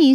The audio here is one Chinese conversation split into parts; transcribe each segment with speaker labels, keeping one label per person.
Speaker 1: 迎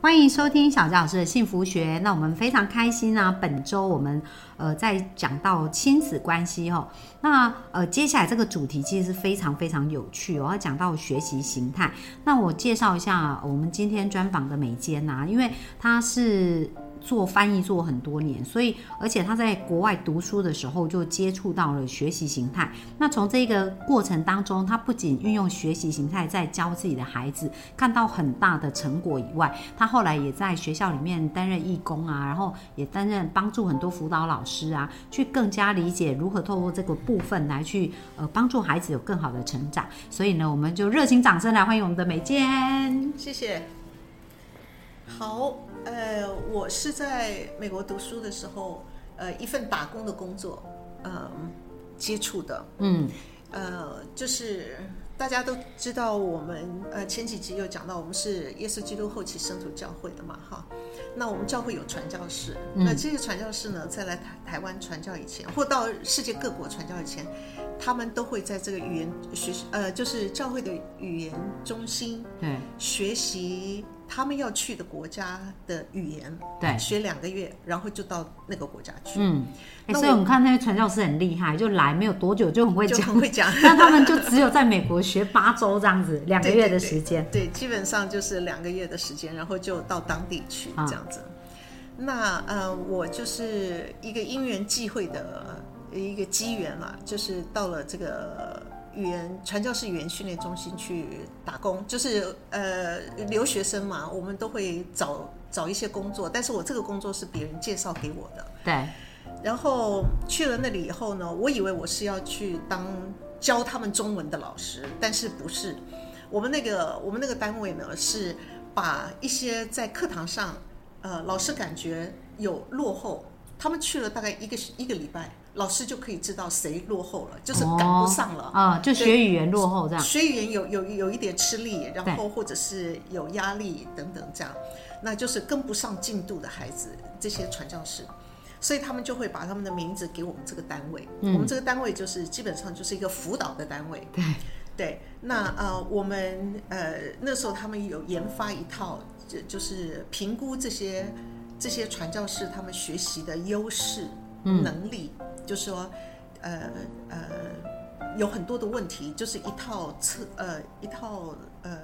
Speaker 1: 欢迎收听小纪老师的幸福学。那我们非常开心啊！本周我们呃在讲到亲子关系哦，那呃接下来这个主题其实是非常非常有趣哦，要讲到学习形态。那我介绍一下我们今天专访的美坚呐、啊，因为她是做翻译做很多年，所以而且她在国外读书的时候就接触到了学习形态。那从这个过程当中，她不仅运用学习形态在教自己的孩子，看到很大的成果以外，她后来也在学校里面担任义工啊，然后也担任帮助很多辅导老师啊，去更加理解如何透过这个部分来去呃帮助孩子有更好的成长。所以呢，我们就热情掌声来欢迎我们的美健。
Speaker 2: 谢谢。好，呃，我是在美国读书的时候，呃，一份打工的工作，嗯、接触的，
Speaker 1: 嗯
Speaker 2: 呃，就是大家都知道，我们呃前几集有讲到，我们是耶稣基督后期圣徒教会的嘛，哈。那我们教会有传教士，
Speaker 1: 嗯
Speaker 2: 那这些传教士呢，在来台台湾传教以前，或到世界各国传教以前，他们都会在这个语言学呃，就是教会的语言中心
Speaker 1: 对
Speaker 2: 学习他们要去的国家的语言，
Speaker 1: 对，
Speaker 2: 学两个月，然后就到那个国家去，
Speaker 1: 嗯，哎、
Speaker 2: 那
Speaker 1: 所以我们看那些传教士很厉害，就来没有多久就很会
Speaker 2: 就
Speaker 1: 讲
Speaker 2: 很，会讲。
Speaker 1: 那他们就只有在美国学八周这样子，两个
Speaker 2: 对
Speaker 1: 月
Speaker 2: 对
Speaker 1: 的
Speaker 2: 对
Speaker 1: 时间。
Speaker 2: 对，基本上就是两个月的时间，然后就到当地去
Speaker 1: 啊
Speaker 2: 这样子。那呃，我就是一个因缘际会的呃一个机缘啦，就是到了这个语言传教士语言训练中心去打工，就是呃留学生嘛，我们都会找找一些工作，但是我这个工作是别人介绍给我的。
Speaker 1: 对，
Speaker 2: 然后去了那里以后呢，我以为我是要去当教他们中文的老师，但是不是。我们那个我们那个单位呢，是把一些在课堂上，呃，老师感觉有落后，他们去了大概一个一个礼拜，老师就可以知道谁落后了，就是赶不上了。
Speaker 1: 啊、哦就学语言落后这样。
Speaker 2: 学语言有有有一点吃力，
Speaker 1: 对
Speaker 2: 然后或者是有压力等等这样，那就是跟不上进度的孩子，这些传教士，所以他们就会把他们的名字给我们这个单位。
Speaker 1: 嗯
Speaker 2: 我们这个单位就是基本上就是一个辅导的单位。
Speaker 1: 对
Speaker 2: 对，那呃，我们呃那时候他们有研发一套，就就是评估这些这些传教士他们学习的优势、能力，就说呃呃有很多的问题，就是一套测呃一套呃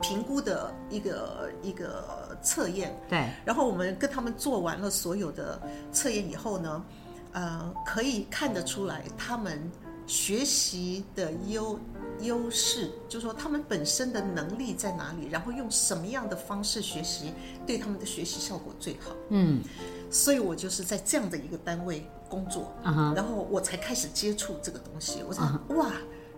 Speaker 2: 评估的一个一个测验，
Speaker 1: 对，
Speaker 2: 然后我们跟他们做完了所有的测验以后呢，呃，可以看得出来他们学习的优优势，就是说他们本身的能力在哪里，然后用什么样的方式学习，对他们的学习效果最好。
Speaker 1: 嗯
Speaker 2: 所以我就是在这样的一个单位工作，
Speaker 1: 啊哈，
Speaker 2: 然后我才开始接触这个东西。我想
Speaker 1: 啊，
Speaker 2: 哇，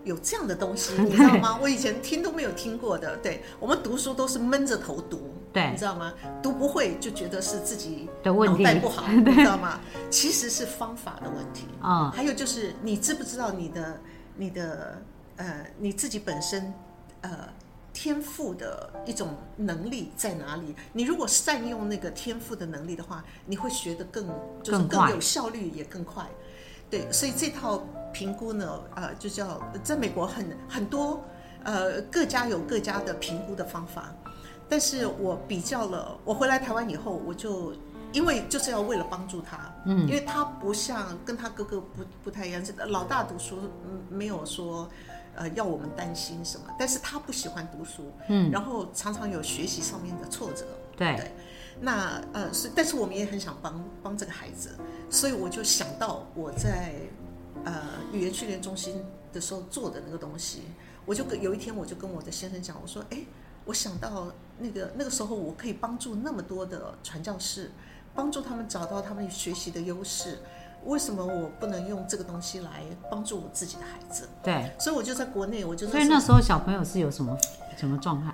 Speaker 2: 有这样的东 西，你知道吗？我以前听都没有听过的。对我们读书都是闷着头读，
Speaker 1: 对
Speaker 2: 你知道吗？读不会就觉得是自己
Speaker 1: 的问
Speaker 2: 脑
Speaker 1: 题
Speaker 2: 袋 不好，你知道吗？其实是方法的问题。
Speaker 1: 啊、
Speaker 2: 还有就是，你知不知道你的、你的、呃，你自己本身，呃，天赋的一种能力在哪里？你如果善用那个天赋的能力的话，你会学得更就是
Speaker 1: 更
Speaker 2: 更
Speaker 1: 快
Speaker 2: 有效率，也更快。对，所以这套评估呢，呃，就叫在美国很很多，呃，各家有各家的评估的方法。但是我比较了，我回来台湾以后，我就因为就是要为了帮助他，嗯，因为他不像跟他哥哥不不太一样，这个老大读书，嗯，没有说，呃，要我们担心什么，但是他不喜欢读书，嗯，然后常常有学习上面的挫折，
Speaker 1: 对
Speaker 2: 对，那呃是，但是我们也很想帮帮这个孩子，所以我就想到我在呃语言训练中心的时候做的那个东西，我就跟有一天我就跟我的先生讲，我说，哎，我想到那个那个时候我可以帮助那么多的传教士，帮助他们找到他们学习的优势，为什么我不能用这个东西来帮助我自己的孩子？
Speaker 1: 对。
Speaker 2: 所以我就在国内，我就
Speaker 1: 所以那时候小朋友是有什么什么状态？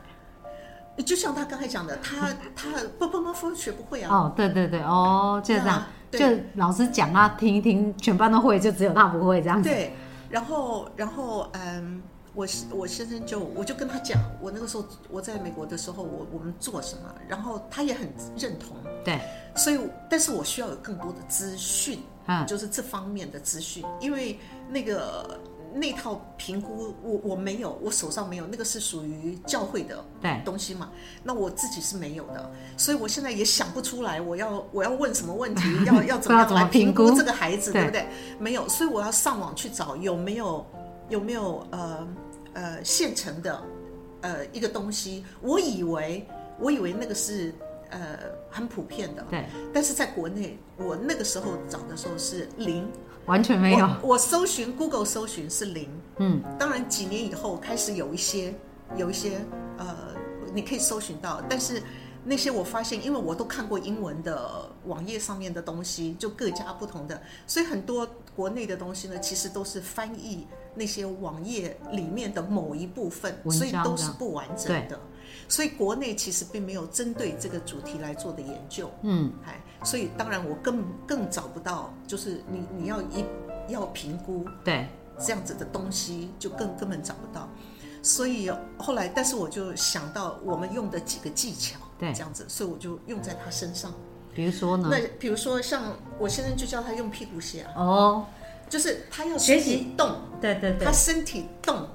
Speaker 2: 就像他刚才讲的，他他不不不不学不会啊，
Speaker 1: 哦，对对对，哦，就这样，就
Speaker 2: 对
Speaker 1: 老师讲啊啊，听一听，全班都会，就只有他不会这样子。
Speaker 2: 对，然后然后嗯，我是我先生就我就跟他讲，我那个时候我在美国的时候，我我们做什么，然后他也很认同，
Speaker 1: 对，
Speaker 2: 所以但是我需要有更多的资讯，
Speaker 1: 嗯，
Speaker 2: 就是这方面的资讯，因为那个那套评估我我没有，我手上没有，那个是属于教会的
Speaker 1: 对，
Speaker 2: 东西嘛，那我自己是没有的，所以我现在也想不出来我要我要问什么问 题，要要怎么
Speaker 1: 不知道
Speaker 2: 样
Speaker 1: 怎么
Speaker 2: 来评
Speaker 1: 评
Speaker 2: 估
Speaker 1: 估
Speaker 2: 这个孩子，
Speaker 1: 对
Speaker 2: 对不对？没有，所以我要上网去找有没有有没有呃呃现成的呃一个东西，我以为我以为那个是呃很普遍的，
Speaker 1: 对，
Speaker 2: 但是在国内我那个时候找的时候是零，
Speaker 1: 完全没有，
Speaker 2: 我我搜寻 Google 搜寻是零，
Speaker 1: 嗯，
Speaker 2: 当然，几年以后开始有一些，有一些呃，你可以搜寻到，但是那些我发现，因为我都看过英文的网页上面的东西，就各家不同的，所以很多国内的东西呢，其实都是翻译那些网页里面的某一部分，
Speaker 1: 文
Speaker 2: 所
Speaker 1: 章
Speaker 2: 以
Speaker 1: 这样
Speaker 2: 都是不完整的。所以国内其实并没有针对这个主题来做的研究，
Speaker 1: 嗯，
Speaker 2: 哎，所以当然我更更找不到，就是你你要一要评估，
Speaker 1: 对，
Speaker 2: 这样子的东西就更根本找不到。所以后来，但是我就想到我们用的几个技巧，
Speaker 1: 对嗯
Speaker 2: 这样子，所以我就用在他身上。
Speaker 1: 比如说呢，
Speaker 2: 那比如说像我先生就教他用屁股写啊，
Speaker 1: 哦，
Speaker 2: 就是他要
Speaker 1: 学
Speaker 2: 身
Speaker 1: 习
Speaker 2: 体动，
Speaker 1: 对对
Speaker 2: 他身体动，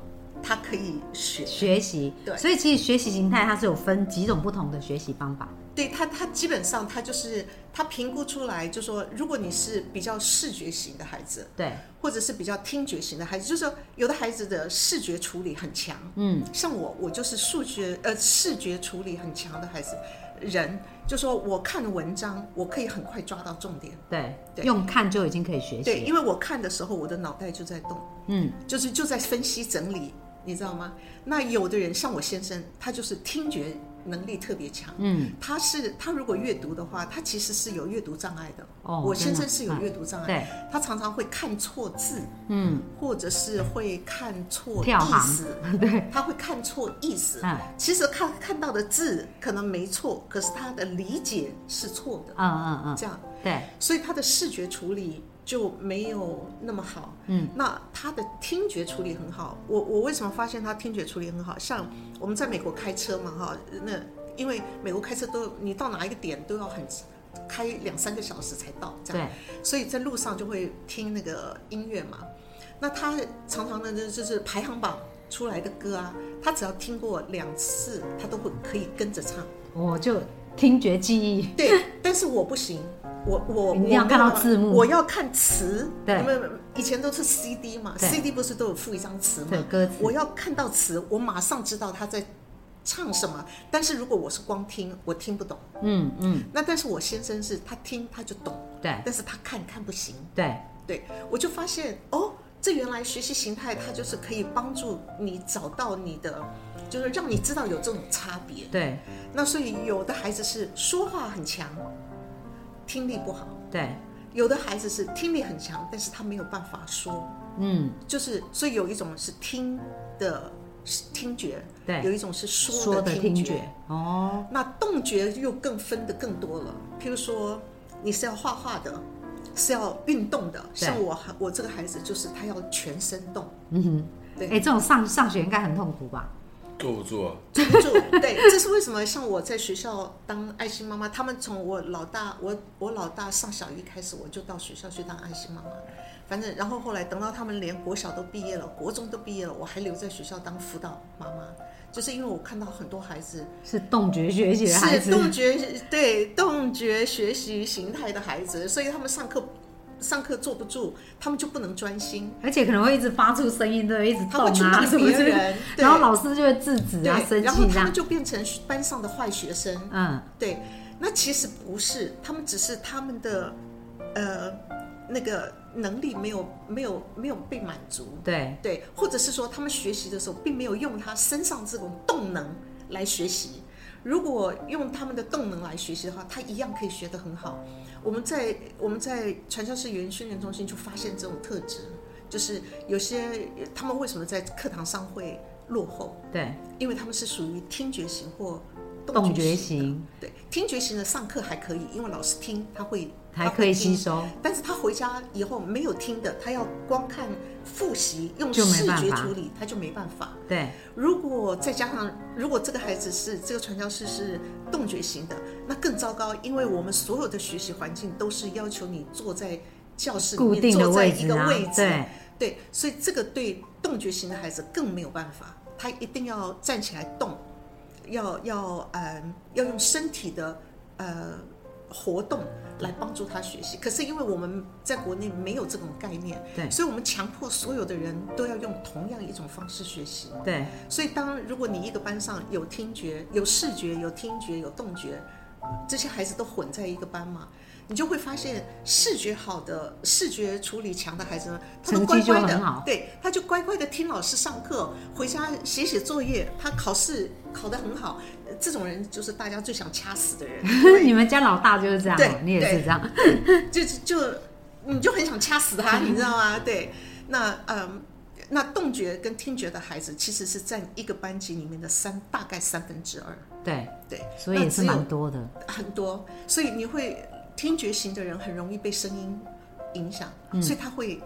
Speaker 2: 他可以学。
Speaker 1: 学习，
Speaker 2: 对
Speaker 1: 所以其实学习形态它是有分几种不同的学习方法，
Speaker 2: 对他，他基本上他就是他评估出来，就说如果你是比较视觉型的孩子，
Speaker 1: 对，
Speaker 2: 或者是比较听觉型的孩子，就是说有的孩子的视觉处理很强，
Speaker 1: 嗯，
Speaker 2: 像我，我就是数学呃视觉处理很强的孩子，人就说我看文章，我可以很快抓到重点，
Speaker 1: 对，
Speaker 2: 对
Speaker 1: 用看就已经可以学
Speaker 2: 对，
Speaker 1: 习，
Speaker 2: 因为我看的时候，我的脑袋就在动，
Speaker 1: 嗯，
Speaker 2: 就是就在分析整理，你知道吗？那有的人像我先生，他就是听觉能力特别强，
Speaker 1: 嗯，
Speaker 2: 他是他如果阅读的话，他其实是有阅读障碍的。
Speaker 1: 哦
Speaker 2: 我
Speaker 1: 真的
Speaker 2: 先生是有啊
Speaker 1: 嗯
Speaker 2: 阅读障碍，
Speaker 1: 对，
Speaker 2: 他常常会看错字，
Speaker 1: 嗯，
Speaker 2: 或者是会看错
Speaker 1: 跳
Speaker 2: 意
Speaker 1: 行
Speaker 2: 思， 对，他会看错意思。
Speaker 1: 嗯
Speaker 2: 其实看看到的字可能没错，可是他的理解是错的，
Speaker 1: 嗯嗯嗯，
Speaker 2: 这样，
Speaker 1: 对，
Speaker 2: 所以他的视觉处理就没有那么好。
Speaker 1: 嗯，
Speaker 2: 那他的听觉处理很好。我我为什么发现他听觉处理很好？像我们在美国开车嘛，哈，那因为美国开车都你到哪一个点都要很开两三个小时才到，这样。
Speaker 1: 对，
Speaker 2: 所以在路上就会听那个音乐嘛。那他常常的就就是排行榜出来的歌啊，他只要听过两次，他都会可以跟着唱。
Speaker 1: 我就听觉记忆，
Speaker 2: 对，但是我不行，我我
Speaker 1: 你一定要
Speaker 2: 我没有
Speaker 1: 看到字幕
Speaker 2: 我要看词。
Speaker 1: 对
Speaker 2: 我们以前都是 CD 嘛
Speaker 1: 对
Speaker 2: ，CD 不是都有附一张词嘛？
Speaker 1: 对歌词
Speaker 2: 我要看到词，我马上知道他在唱什么。但是如果我是光听，我听不懂。
Speaker 1: 嗯嗯，
Speaker 2: 那但是我先生是他听他就懂，
Speaker 1: 对
Speaker 2: 但是他看看不行。
Speaker 1: 对，
Speaker 2: 对，我就发现哦，这原来学习形态它就是可以帮助你找到你的，就是让你知道有这种差别。
Speaker 1: 对
Speaker 2: 那所以有的孩子是说话很强，听力不好；
Speaker 1: 对，
Speaker 2: 有的孩子是听力很强，但是他没有办法说。
Speaker 1: 嗯，
Speaker 2: 就是所以有一种是听的是听觉，
Speaker 1: 对
Speaker 2: 有一种是说
Speaker 1: 说的
Speaker 2: 的
Speaker 1: 听
Speaker 2: 觉
Speaker 1: 觉，哦，
Speaker 2: 那动觉又更分的更多了，譬如说你是要画画的，是要运动的，像我我这个孩子就是他要全身动，
Speaker 1: 嗯哼，
Speaker 2: 对
Speaker 1: 哎、这种上上学应该很痛苦吧？
Speaker 3: 坐不住啊，
Speaker 2: 坐不住。对，这是为什么？像我在学校当爱心妈妈，他们从我老大我我老大上小一开始，我就到学校去当爱心妈妈。反正，然后后来等到他们连国小都毕业了，国中都毕业了，我还留在学校当辅导妈妈，就是因为我看到很多孩子
Speaker 1: 是动觉学习的孩
Speaker 2: 是动
Speaker 1: 子，
Speaker 2: 觉对动觉学习形态的孩子，所以他们上课上课坐不住，他们就不能专心，
Speaker 1: 而且可能会一直发出声音，对，一直
Speaker 2: 他
Speaker 1: 动
Speaker 2: 会去
Speaker 1: 啊，
Speaker 2: 弄
Speaker 1: 是不
Speaker 2: 别
Speaker 1: 是？
Speaker 2: 人， 对
Speaker 1: 然后老师就会制止啊，
Speaker 2: 对，
Speaker 1: 生
Speaker 2: 然后
Speaker 1: 气这
Speaker 2: 他
Speaker 1: 样
Speaker 2: 们。就变成班上的坏学生。
Speaker 1: 嗯，
Speaker 2: 对，那其实不是，他们只是他们的呃那个能力没有没有没有被满足，
Speaker 1: 对
Speaker 2: 对，或者是说他们学习的时候并没有用他身上这种动能来学习。如果用他们的动能来学习的话，他一样可以学得很好。我们在我们在传销师语言训练中心就发现这种特质，就是有些他们为什么在课堂上会落后，
Speaker 1: 对，
Speaker 2: 因为他们是属于听觉型或
Speaker 1: 动觉
Speaker 2: 型的。
Speaker 1: 型，
Speaker 2: 对，听觉型的上课还可以，因为老师听他会
Speaker 1: 还可以吸收，
Speaker 2: 但是他回家以后没有听的，他要光看复习，用
Speaker 1: 就没
Speaker 2: 视
Speaker 1: 办
Speaker 2: 觉
Speaker 1: 法
Speaker 2: 处理，他就没办法。
Speaker 1: 对，
Speaker 2: 如果再加上，如果这个孩子是这个传教士是动觉型的，那更糟糕，因为我们所有的学习环境都是要求你坐在教室里
Speaker 1: 固
Speaker 2: 面，
Speaker 1: 定的
Speaker 2: 坐在
Speaker 1: 位
Speaker 2: 一
Speaker 1: 置
Speaker 2: 个
Speaker 1: 啊
Speaker 2: 位，置，
Speaker 1: 对，
Speaker 2: 对，所以这个对动觉型的孩子更没有办法，他一定要站起来动，要要呃要用身体的呃活动来帮助他学习。可是因为我们在国内没有这种概念，
Speaker 1: 对
Speaker 2: 所以我们强迫所有的人都要用同样一种方式学习。
Speaker 1: 对，
Speaker 2: 所以当如果你一个班上有听觉、有视觉、有听觉、有动觉，这些孩子都混在一个班嘛，你就会发现视觉好的、视觉处理强的孩子呢，他
Speaker 1: 成
Speaker 2: 都
Speaker 1: 绩
Speaker 2: 乖乖
Speaker 1: 就很
Speaker 2: 的
Speaker 1: 好，
Speaker 2: 对，他就乖乖的听老师上课，回家写写作业，他考试考得很好，呃这种人就是大家最想掐死的人，因为
Speaker 1: 你们家老大就是这样哦，
Speaker 2: 对
Speaker 1: 你也是
Speaker 2: 对
Speaker 1: 这样，
Speaker 2: 就就你就很想掐死他，你知道吗？对，那嗯，那动觉跟听觉的孩子其实是占一个班级里面的三大概三分之二，
Speaker 1: 对，
Speaker 2: 对，
Speaker 1: 所以
Speaker 2: 那
Speaker 1: 也是
Speaker 2: 只有
Speaker 1: 蛮多的，
Speaker 2: 很多，所以你会听觉型的人很容易被声音影响，所以他会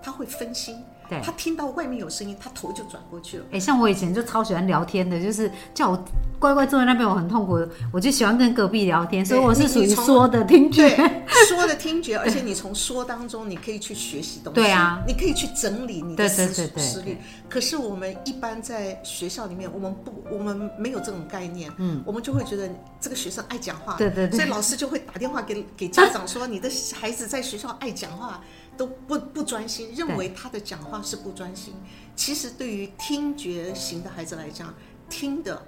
Speaker 2: 他会分心，
Speaker 1: 嗯对
Speaker 2: 他听到外面有声音，他头就转过 去了。
Speaker 1: 哎、像我以前就超喜欢聊天的，就是叫我乖乖坐在那边，我很痛苦，我就喜欢跟隔壁聊天，所以我是
Speaker 2: 你
Speaker 1: 属于
Speaker 2: 你从
Speaker 1: 说的听
Speaker 2: 对
Speaker 1: 觉，，
Speaker 2: 说的听觉，而且你从说当中，你可以去学习东西，
Speaker 1: 对啊
Speaker 2: 你可以去整理你
Speaker 1: 对
Speaker 2: 的
Speaker 1: 对
Speaker 2: 思
Speaker 1: 对对
Speaker 2: 思虑
Speaker 1: 对。
Speaker 2: 可是我们一般在学校里面，我们不，我们没有这种概念，嗯，我们就会觉得这个学生爱讲话，
Speaker 1: 对对对
Speaker 2: 所以老师就会打电话给给家长说，你的孩子在学校爱讲话，都不不专心，认为他的讲话是不专心。其实对于听觉型的孩子来讲，听的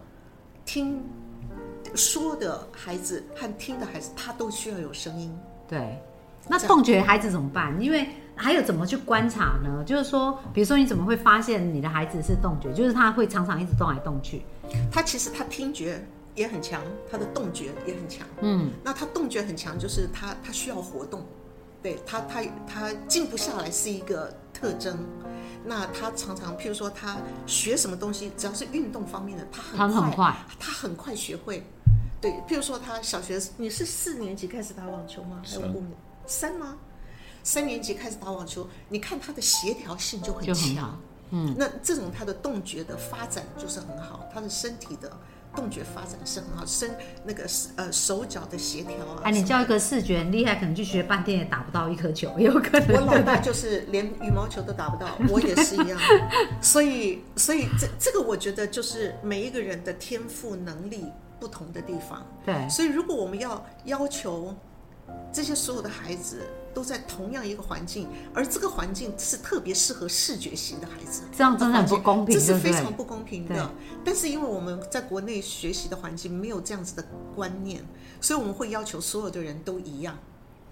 Speaker 2: 听。说的孩子和听的孩子，他都需要有声音。
Speaker 1: 对。那动觉孩子怎么办？因为还有怎么去观察呢？就是说，比如说你怎么会发现你的孩子是动觉？就是他会常常一直动来动去。
Speaker 2: 他其实他听觉也很强，他的动觉也很强。嗯，那他动觉很强，就是他他需要活动，对他他他静不下来是一个特征。那他常常，譬如说他学什么东西，只要是运动方面的，他
Speaker 1: 他
Speaker 2: 很
Speaker 1: 很
Speaker 2: 快，
Speaker 1: 快
Speaker 2: 他很快学会。对，譬如说他小学，你是四年级开始打网球吗？还有
Speaker 3: 三
Speaker 2: 五年三吗？三年级开始打网球，你看他的协调性就很
Speaker 1: 就很好
Speaker 2: 强。嗯，那这种他的动觉的发展就是很好，他的身体的动觉发展是很好，身那个呃手脚的协调啊。
Speaker 1: 哎、你
Speaker 2: 什么
Speaker 1: 叫一个视觉很厉害，可能去学半天也打不到一颗球，也 有可能。
Speaker 2: 我老
Speaker 1: 对
Speaker 2: 大
Speaker 1: 吧
Speaker 2: 就是连羽毛球都打不到，我也是一样。所以，所以这这个我觉得就是每一个人的天赋能力不同的地方。
Speaker 1: 对
Speaker 2: 所以，如果我们要要求这些所有的孩子都在同样一个环境，而这个环境是特别适合视觉型的孩子，
Speaker 1: 这样真的很不公平
Speaker 2: 这是非
Speaker 1: 对不
Speaker 2: 常
Speaker 1: 对
Speaker 2: 不公平
Speaker 1: 对
Speaker 2: 的。但是，因为我们在国内学习的环境没有这样子的观念，所以我们会要求所有的人都一样。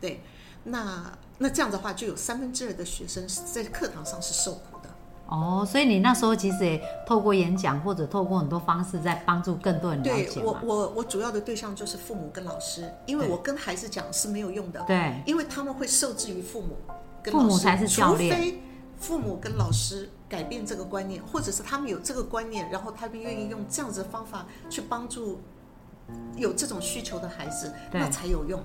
Speaker 2: 对，那那这样的话，就有三分之二的学生是在课堂上是受苦的。
Speaker 1: 哦，所以你那时候其实也透过演讲或者透过很多方式在帮助更多人嗯了
Speaker 2: 对
Speaker 1: 解
Speaker 2: 我
Speaker 1: 嘛，。
Speaker 2: 我我主要的对象就是父母跟老师，因为
Speaker 1: 对
Speaker 2: 我跟孩子讲是没有用的，
Speaker 1: 对
Speaker 2: 因为他们会受制于父母跟
Speaker 1: 父
Speaker 2: 老师，
Speaker 1: 母才是教练
Speaker 2: 除非父母跟老师改变这个观念，或者是他们有这个观念，然后他们愿意用这样子的方法去帮助有这种需求的孩子，
Speaker 1: 对
Speaker 2: 那才有用。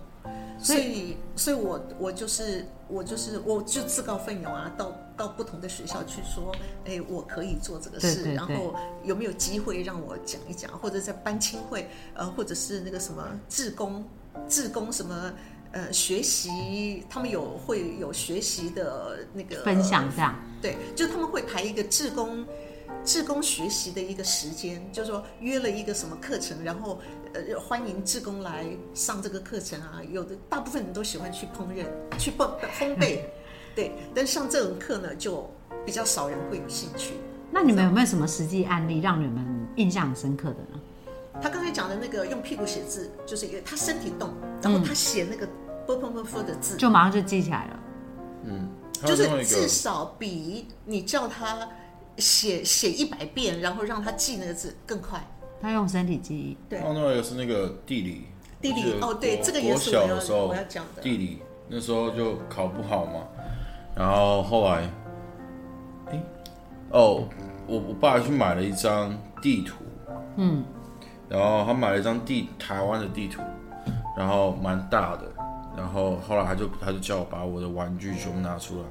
Speaker 1: 所
Speaker 2: 所以，所以我我就是我就是我就自告奋勇啊，到到不同的学校去说，哎，我可以做这个事，
Speaker 1: 对对
Speaker 2: 然
Speaker 1: 对
Speaker 2: 后有没有机会让我讲一讲，或者在班亲会，呃，或者是那个什么志工，志工什么。呃，学习他们有会有学习的那个
Speaker 1: 分享这样，
Speaker 2: 对，就他们会排一个志工。志工学习的一个时间，就是说约了一个什么课程，然后呃欢迎志工来上这个课程啊。有的大部分人都喜欢去烹饪、去烹 烘焙，对。但上这种课呢，就比较少人会有兴趣。
Speaker 1: 那你们有没有什么实际案例让你们印象很深刻的呢？
Speaker 2: 他刚才讲的那个用屁股写字，就是因为他身体动，然
Speaker 1: 嗯
Speaker 2: 后他写那个啵啵啵啵的字，
Speaker 1: 就马上就记起来了。
Speaker 3: 还
Speaker 2: 就
Speaker 3: 有
Speaker 2: 是
Speaker 3: 另外一
Speaker 2: 至
Speaker 3: 个，
Speaker 2: 少比你叫他写写一百遍，然后让他记那个字更快。
Speaker 1: 他用身体记忆，
Speaker 2: 对
Speaker 3: 还有另外一个是那个地理，
Speaker 2: 地理
Speaker 3: 我记得
Speaker 2: 哦对
Speaker 3: 国
Speaker 2: 这个也是
Speaker 3: 国
Speaker 2: 我
Speaker 3: 小
Speaker 2: 要
Speaker 3: 的时候
Speaker 2: 我要讲的
Speaker 3: 地理那时候就考不好嘛，然后后来，诶，哦，我我爸去买了一张地图，嗯，然后他买了一张地台湾的地图，然后蛮大的，然后后来他就他就叫我把我的玩具全部拿出来，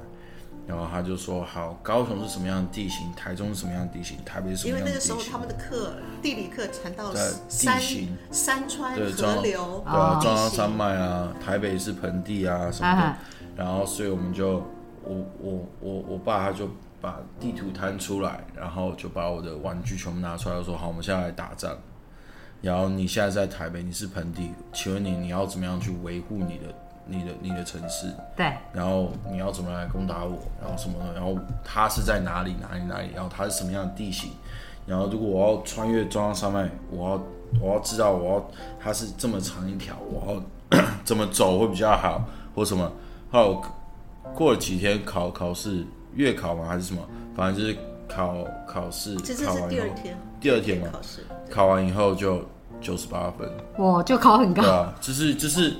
Speaker 3: 然后他就说好，高雄是什么样的地形，台中是什么样的地形，台北是什
Speaker 2: 因
Speaker 3: 么
Speaker 2: 为那
Speaker 3: 样的地
Speaker 2: 个时
Speaker 3: 形
Speaker 2: 候。他们的课地理课传到
Speaker 3: 对
Speaker 2: 山
Speaker 3: 地形
Speaker 2: 山川河
Speaker 3: 对，中
Speaker 2: 流
Speaker 3: 对啊
Speaker 1: 哦，
Speaker 3: 中央
Speaker 2: 地形
Speaker 3: 山脉啊，台北是盆地啊什么的，
Speaker 1: 啊
Speaker 3: 然后所以我们就我我我我爸他就把地图摊出来，然后就把我的玩具全部拿出来，就说好，我们现在来打仗。然后你现在在台北，你是盆地，请问你你要怎么样去维护你的你的你的城市？
Speaker 1: 对，
Speaker 3: 然后你要怎么来攻打我，然后什么的，然后他是在哪里哪里哪里，然后他是什么样的地形，然后如果我要穿越中央山脉，我要我要知道我要它是这么长一条，我要 怎么走会比较好，或什么。后来我过了几天考考试，月考吗还是什么，反正就是考考试，
Speaker 2: 这这
Speaker 3: 考
Speaker 2: 是
Speaker 3: 完以
Speaker 2: 第
Speaker 3: 后
Speaker 2: 二天，
Speaker 3: 第二天嘛
Speaker 2: 考试，
Speaker 3: 考完以后就九十八分，
Speaker 1: 我就考很
Speaker 3: 对
Speaker 1: 高，
Speaker 3: 啊， 就是就是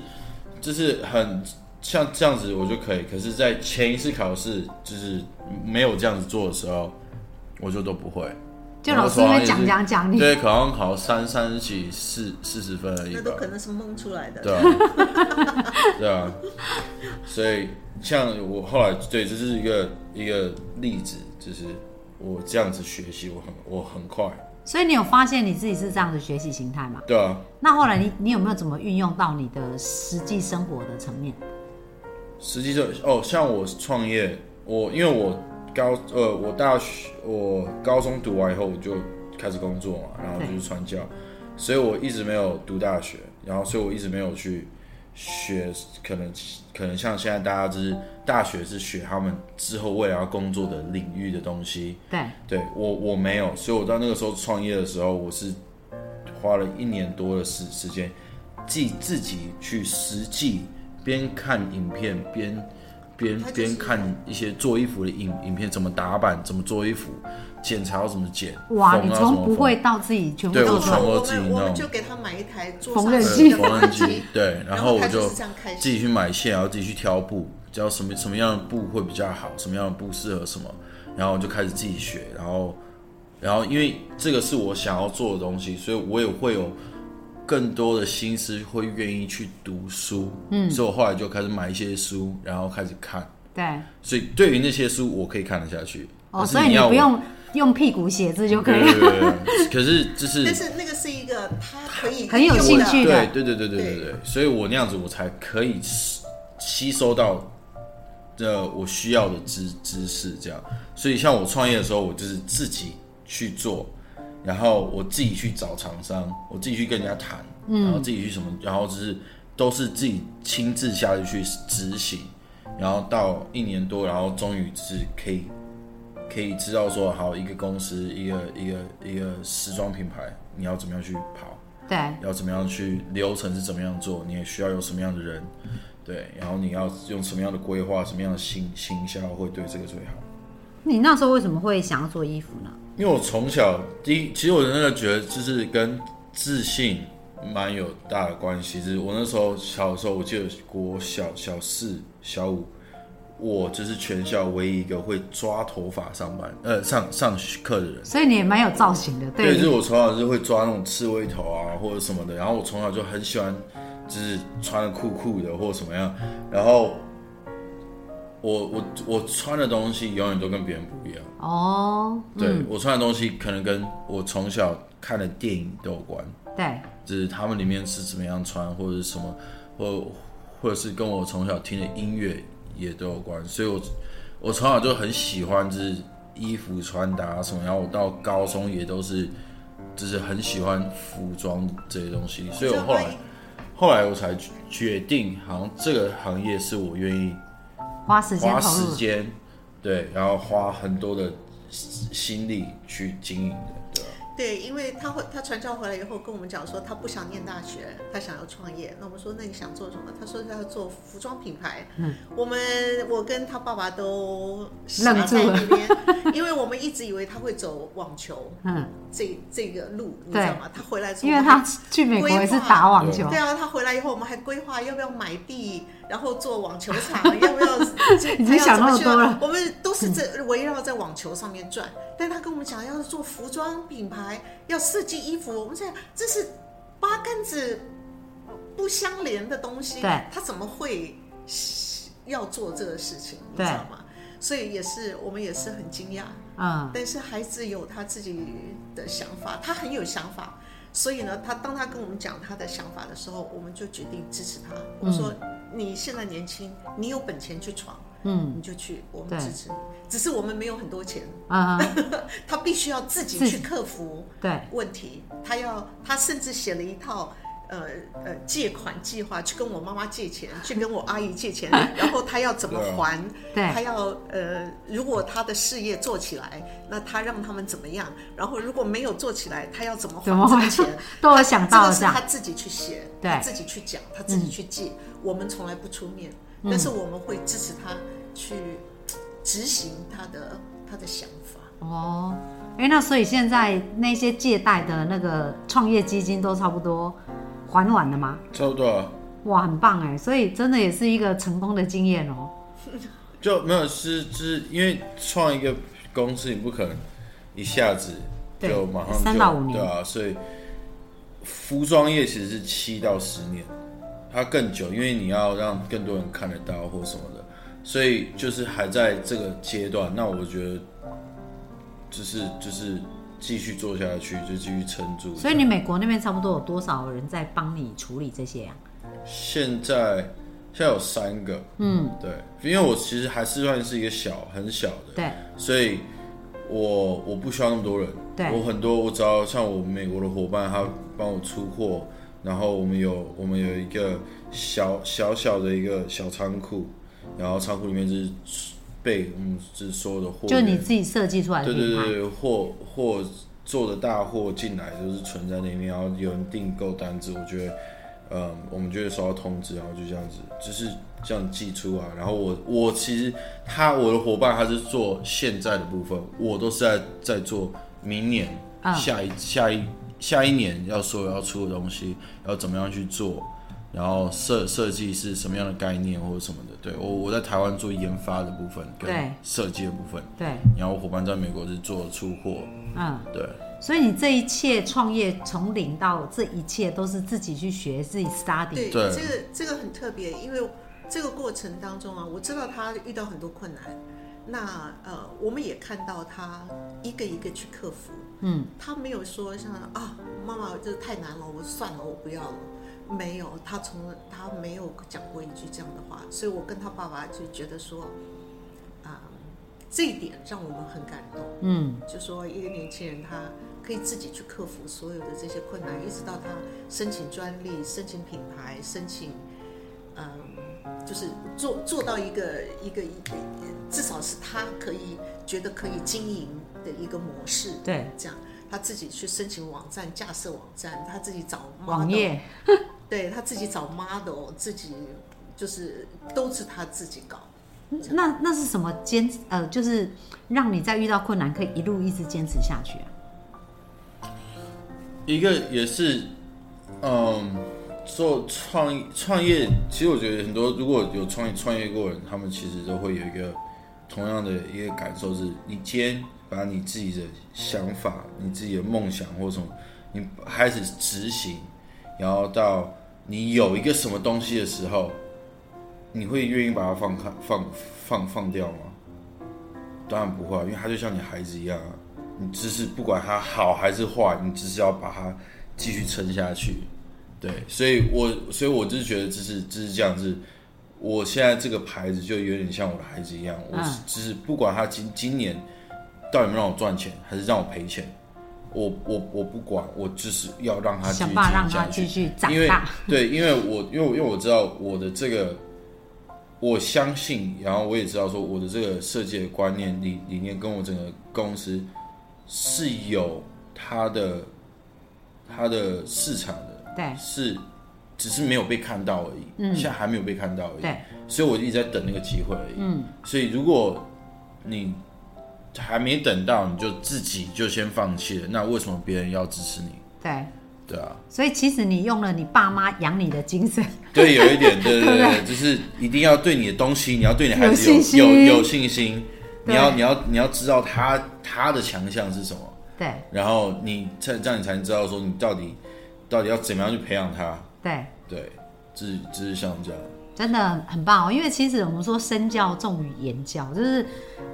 Speaker 3: 就是很像这样子，我就可以。可是，在前一次考试就是没有这样子做的时候，我就都不会。
Speaker 1: 就老师因为讲讲讲你，
Speaker 3: 啊对，可能考三三十几、四四十分而已
Speaker 2: 那
Speaker 3: 吧
Speaker 2: 都。可能是蒙出来的。
Speaker 3: 对啊，对啊。 所以，像我后来对，这是一个一个例子，就是我这样子学习，我很我很快。
Speaker 1: 所以你有发现你自己是这样的学习形态吗？
Speaker 3: 对啊，
Speaker 1: 那后来你你有没有怎么运用到你的实际生活的层面？
Speaker 3: 实际上，哦，像我创业，我因为我高呃，我大学我高中读完以后，我就开始工作嘛，然后就是传教，所以我一直没有读大学，然后所以我一直没有去学，可能可能像现在大家就是大学是学他们之后未来要工作的领域的东西，
Speaker 1: 对，
Speaker 3: 对我我没有，所以我到那个时候创业的时候，我是花了一年多的时时间，记自己去实际边看影片边边
Speaker 2: 它就是
Speaker 3: 边看一些做衣服的影影片，怎么打版，怎么做衣服，剪裁要怎么剪，
Speaker 1: 哇，
Speaker 3: 缝
Speaker 1: 你
Speaker 3: 啊怎
Speaker 1: 从
Speaker 3: 么
Speaker 1: 不
Speaker 3: 缝
Speaker 1: 会到自己全部
Speaker 3: 对
Speaker 1: 做
Speaker 3: 我
Speaker 1: 出
Speaker 3: 全
Speaker 1: 来，
Speaker 3: 部
Speaker 2: 我
Speaker 3: 自己
Speaker 2: 们我
Speaker 3: 弄
Speaker 2: 们就给他买一台做
Speaker 1: 缝纫
Speaker 2: 纱
Speaker 1: 机
Speaker 2: 的
Speaker 3: 对缝纫机，对，然
Speaker 2: 然
Speaker 3: 后
Speaker 2: 后
Speaker 3: 我
Speaker 2: 他
Speaker 3: 就
Speaker 2: 就是这样开始
Speaker 3: 自己去买线，然后自己去挑布，知道什么什么样的布会比较好，什么样的布适合什么，然后我就开始自己学，然后，然后因为这个是我想要做的东西，所以我也会有更多的心思会愿意去读书，嗯，所以我后来就开始买一些书，然后开始看，
Speaker 1: 对，
Speaker 3: 所以对于那些书我可以看得下去，
Speaker 1: 哦，
Speaker 3: 可是
Speaker 1: 所以你
Speaker 3: 要
Speaker 1: 不
Speaker 3: 我
Speaker 1: 用用屁股写字就可
Speaker 3: 对
Speaker 1: 以了。
Speaker 3: 对对对，对可是就是
Speaker 2: 但是那个是一个他可以
Speaker 1: 很有
Speaker 2: 用
Speaker 1: 兴
Speaker 2: 的
Speaker 1: 趣的
Speaker 3: 对对对对对对对，所以我那样子我才可以吸吸收到呃我需要的知知识，这样。所以像我创业的时候，我就是自己去做，然后我自己去找厂商，我自己去跟人家谈，然后自己去什么，然后就是都是自己亲自下去去执行，然后到一年多，然后终于是可以。可以知道说，好一个公司，一个一个一个时装品牌，你要怎么样去跑，
Speaker 1: 对，
Speaker 3: 要怎么样去流程是怎么样做，你也需要有什么样的人，对，然后你要用什么样的规划，什么样的行行销会对这个最好。
Speaker 1: 你那时候为什么会想要做衣服呢？
Speaker 3: 因为我从小第一，其实我真的觉得就是跟自信蛮有大的关系。就是我那时候小的时候，我记得国小小四、小五，我就是全校唯一一个会抓头发上班，呃，上上课的人。
Speaker 1: 所以你也蛮有造型的，
Speaker 3: 对，就是
Speaker 1: 对，
Speaker 3: 我从小就是会抓那种刺猬头啊，或者什么的。然后我从小就很喜欢，就是穿的酷酷的或者什么样。然后我我我穿的东西永远都跟别人不一样。
Speaker 1: 哦，
Speaker 3: 对、我穿的东西可能跟我从小看的电影都有关，
Speaker 1: 对，
Speaker 3: 就是他们里面是怎么样穿，或者是什么，或或者是跟我从小听的音乐也都有关。所以我我从小就很喜欢就是衣服穿搭什么，然后我到高中也都是就是很喜欢服装这些东西，所以我后来后来我才决定，好像这个行业是我愿意
Speaker 1: 花时间
Speaker 3: 花
Speaker 1: 投入
Speaker 3: 时，间，对，然后花很多的心力去经营的，对吧？
Speaker 2: 对，因为他会他传教回来以后跟我们讲说他不想念大学，他想要创业。那我们说那你想做什么？他说他要做服装品牌。嗯，我们我跟他爸爸都傻
Speaker 1: 愣住
Speaker 2: 在
Speaker 1: 了
Speaker 2: 那边，因为我们一直以为他会走网球
Speaker 1: 嗯，
Speaker 2: 这这个路，你知道吗？他回来之后，
Speaker 1: 因为他去美国也是打网球
Speaker 2: 对，啊，他回来以后，我们还规划要不要买地，然后做网球场， 要不要？
Speaker 1: 已经想那么多了嗯
Speaker 2: 还要怎去我们都是这围绕在网球上面转。但他跟我们讲，要是做服装品牌，要设计衣服，我们在这是八竿子不相连的东西，
Speaker 1: 对
Speaker 2: 他怎么会是要做这个事情？你知
Speaker 1: 对
Speaker 2: 道吗？所以也是我们也是很惊讶，
Speaker 1: 嗯，
Speaker 2: 但是孩子有他自己的想法，他很有想法，所以呢，他当他跟我们讲他的想法的时候，我们就决定支持他。
Speaker 1: 嗯
Speaker 2: 我们说、你现在年轻，你有本钱去闯，
Speaker 1: 嗯，
Speaker 2: 你就去，我
Speaker 1: 对
Speaker 2: 们支持你。只是我们没有很多钱，
Speaker 1: 啊、
Speaker 2: 他必须要自己
Speaker 1: 自己
Speaker 2: 去克服
Speaker 1: 对，
Speaker 2: 问题。他要，他甚至写了一套。呃呃，借款计划去跟我妈妈 借钱，去跟我阿姨借钱，然后他要怎么
Speaker 3: 对啊
Speaker 2: 还？
Speaker 1: 对
Speaker 2: 他要呃，如果他的事业做起来，那他让他们怎么样？然后如果没有做起来，他要怎么还
Speaker 1: 怎么
Speaker 2: 这
Speaker 1: 会
Speaker 2: 个钱？
Speaker 1: 都有想到
Speaker 2: 这
Speaker 1: 了
Speaker 2: 个是
Speaker 1: 这样
Speaker 2: 他，自己去写，
Speaker 1: 对嗯
Speaker 2: 他自己去讲，他自己去记。我们从来不出面，但是我们会支持他去嘖执行他的他的想法。
Speaker 1: 哦，哎，那所以现在那些借贷的那个创业基金都差不多还完了吗？
Speaker 3: 差不多啊，
Speaker 1: 哇，很棒哎，所以真的也是一个成功的经验哦。
Speaker 3: 就没有是是因为创一个公司，你不可能一下子
Speaker 1: 对
Speaker 3: 就马上就
Speaker 1: 三到五年
Speaker 3: 对啊，所以服装业其实是七到十年，它更久，因为你要让更多人看得到或什么的，所以就是还在这个阶段。那我觉得就是就是继续做下去，就继续撑住。
Speaker 1: 所以你美国那边差不多有多少人在帮你处理这些啊？
Speaker 3: 现在现在有三个，嗯，对，因为我其实还是算是一个小很小的，
Speaker 1: 对，
Speaker 3: 所以我我不需要那么多人，
Speaker 1: 对
Speaker 3: 我很多我只要像我美国的伙伴，他帮我出货，然后我们有我们有一个小小小的一个小仓库，然后仓库里面就是备我们就是所有的货源，
Speaker 1: 就你自己设计出来的
Speaker 3: 对
Speaker 1: 品牌。
Speaker 3: 对对对，货货做的大货进来就是存在那边，然后有人订购单子，我觉得，嗯，我们就会收到通知，然后就这样子，就是这样寄出啊。然后我我其实他我的伙伴他是做现在的部分，我都是在在做明年、
Speaker 1: 嗯
Speaker 3: 下一下一下一年要所有要出的东西，要怎么样去做。然后设设计是什么样的概念或者什么的，对我我在台湾做研发的部分跟
Speaker 1: 对
Speaker 3: 设计的部分，
Speaker 1: 对
Speaker 3: 然后我伙伴在美国是做出货，
Speaker 1: 嗯，
Speaker 3: 对，
Speaker 1: 所以你这一切创业从零到这一切都是自己去学，自己 study。
Speaker 2: 对，
Speaker 3: 对
Speaker 2: 这个这个很特别，因为这个过程当中啊，我知道他遇到很多困难，那呃，我们也看到他一个一个去克服。
Speaker 1: 嗯，
Speaker 2: 他没有说像啊，妈妈这太难了，我算了，我不要了。没有，他从来他没有讲过一句这样的话，所以我跟他爸爸就觉得说，啊、这一点让我们很感动。
Speaker 1: 嗯，
Speaker 2: 就说一个年轻人他可以自己去克服所有的这些困难，一直到他申请专利、申请品牌、申请，嗯，就是做做到一个一个一个，至少是他可以觉得可以经营的一个模式。
Speaker 1: 对，
Speaker 2: 这样他自己去申请网站、架设网站，他自己找 model,
Speaker 1: 网页
Speaker 2: 对他自己找 model，自己就是都是他自己搞。
Speaker 1: 那那是什么坚呃，就是让你在遇到困难可以一路一直坚持下去啊？
Speaker 3: 一个也是，嗯，做创意创业，其实我觉得很多如果有创业创业过的人，他们其实都会有一个同样的一个感受是，你今天把你自己的想法、你自己的梦想或什么，你开始执行，然后到你有一个什么东西的时候，你会愿意把它放开、放放放掉吗？当然不会啊，因为他就像你孩子一样啊，你只是不管他好还是坏，你只是要把它继续撑下去。对，所以我所以我就是觉得，就是就是这样子。我现在这个牌子就有点像我的孩子一样，我
Speaker 1: 嗯
Speaker 3: 是只是不管他今今年到底有没有让我赚钱，还是让我赔钱，我我我不管，我就是要让啊他继续
Speaker 1: 想办法让
Speaker 3: 经营
Speaker 1: 它
Speaker 3: 下去
Speaker 1: 继续长
Speaker 3: 因为
Speaker 1: 大。
Speaker 3: 对，因为我因为我因为我知道我的这个，我相信，然后我也知道说我的这个设计的观念理理念跟我整个公司是有它的它的市场的，
Speaker 1: 对
Speaker 3: 是只是没有被看到而已，嗯，现在还没有被看到而已，
Speaker 1: 对，
Speaker 3: 所以我一直在等那个机会而已，嗯，所以如果你还没等到，你就自己就先放弃了，那为什么别人要支持你？
Speaker 1: 对，
Speaker 3: 对啊，
Speaker 1: 所以其实你用了你爸妈养你的精神，
Speaker 3: 对，有一点，对对对，就是一定要对你的东西，你要对你孩子
Speaker 1: 有信
Speaker 3: 有
Speaker 1: 心
Speaker 3: 有有信心，你
Speaker 1: 对
Speaker 3: 要你要你要知道他他的强项是什么，
Speaker 1: 对
Speaker 3: 然后你才这样你才能知道说你到底到底要怎么样去培养他，
Speaker 1: 对。
Speaker 3: 对，志志向这样。
Speaker 1: 真的很棒哦，因为其实我们说身教重于言教，就是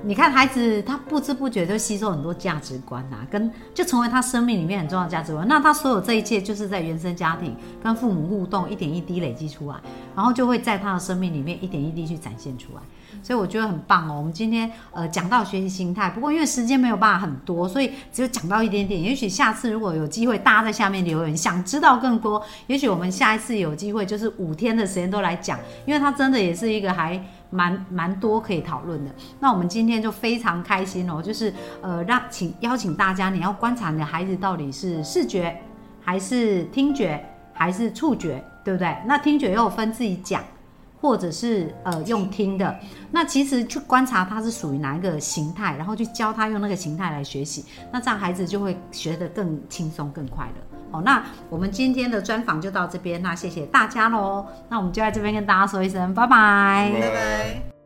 Speaker 1: 你看孩子他不知不觉就吸收很多价值观啊，跟就成为他生命里面很重要的价值观。那他所有这一切就是在原生家庭跟父母互动一点一滴累积出来，然后就会在他的生命里面一点一滴去展现出来。所以我觉得很棒哦。我们今天呃讲到学习心态，不过因为时间没有办法很多，所以只有讲到一点点。也许下次如果有机会，大家在下面留言，想知道更多，也许我们下一次有机会就是五天的时间都来讲，因为它真的也是一个还。蛮蛮多可以讨论的。那我们今天就非常开心哦，就是呃，让请邀请大家，你要观察你的孩子到底是视觉还是听觉还是触觉，对不对？那听觉又有分自己讲。或者是呃用听的，那其实去观察他是属于哪一个形态，然后去教他用那个形态来学习，那这样孩子就会学得更轻松、更快乐。好，那我们今天的专访就到这边，那谢谢大家喽。那我们就在这边跟大家说一声拜拜。
Speaker 2: 拜拜。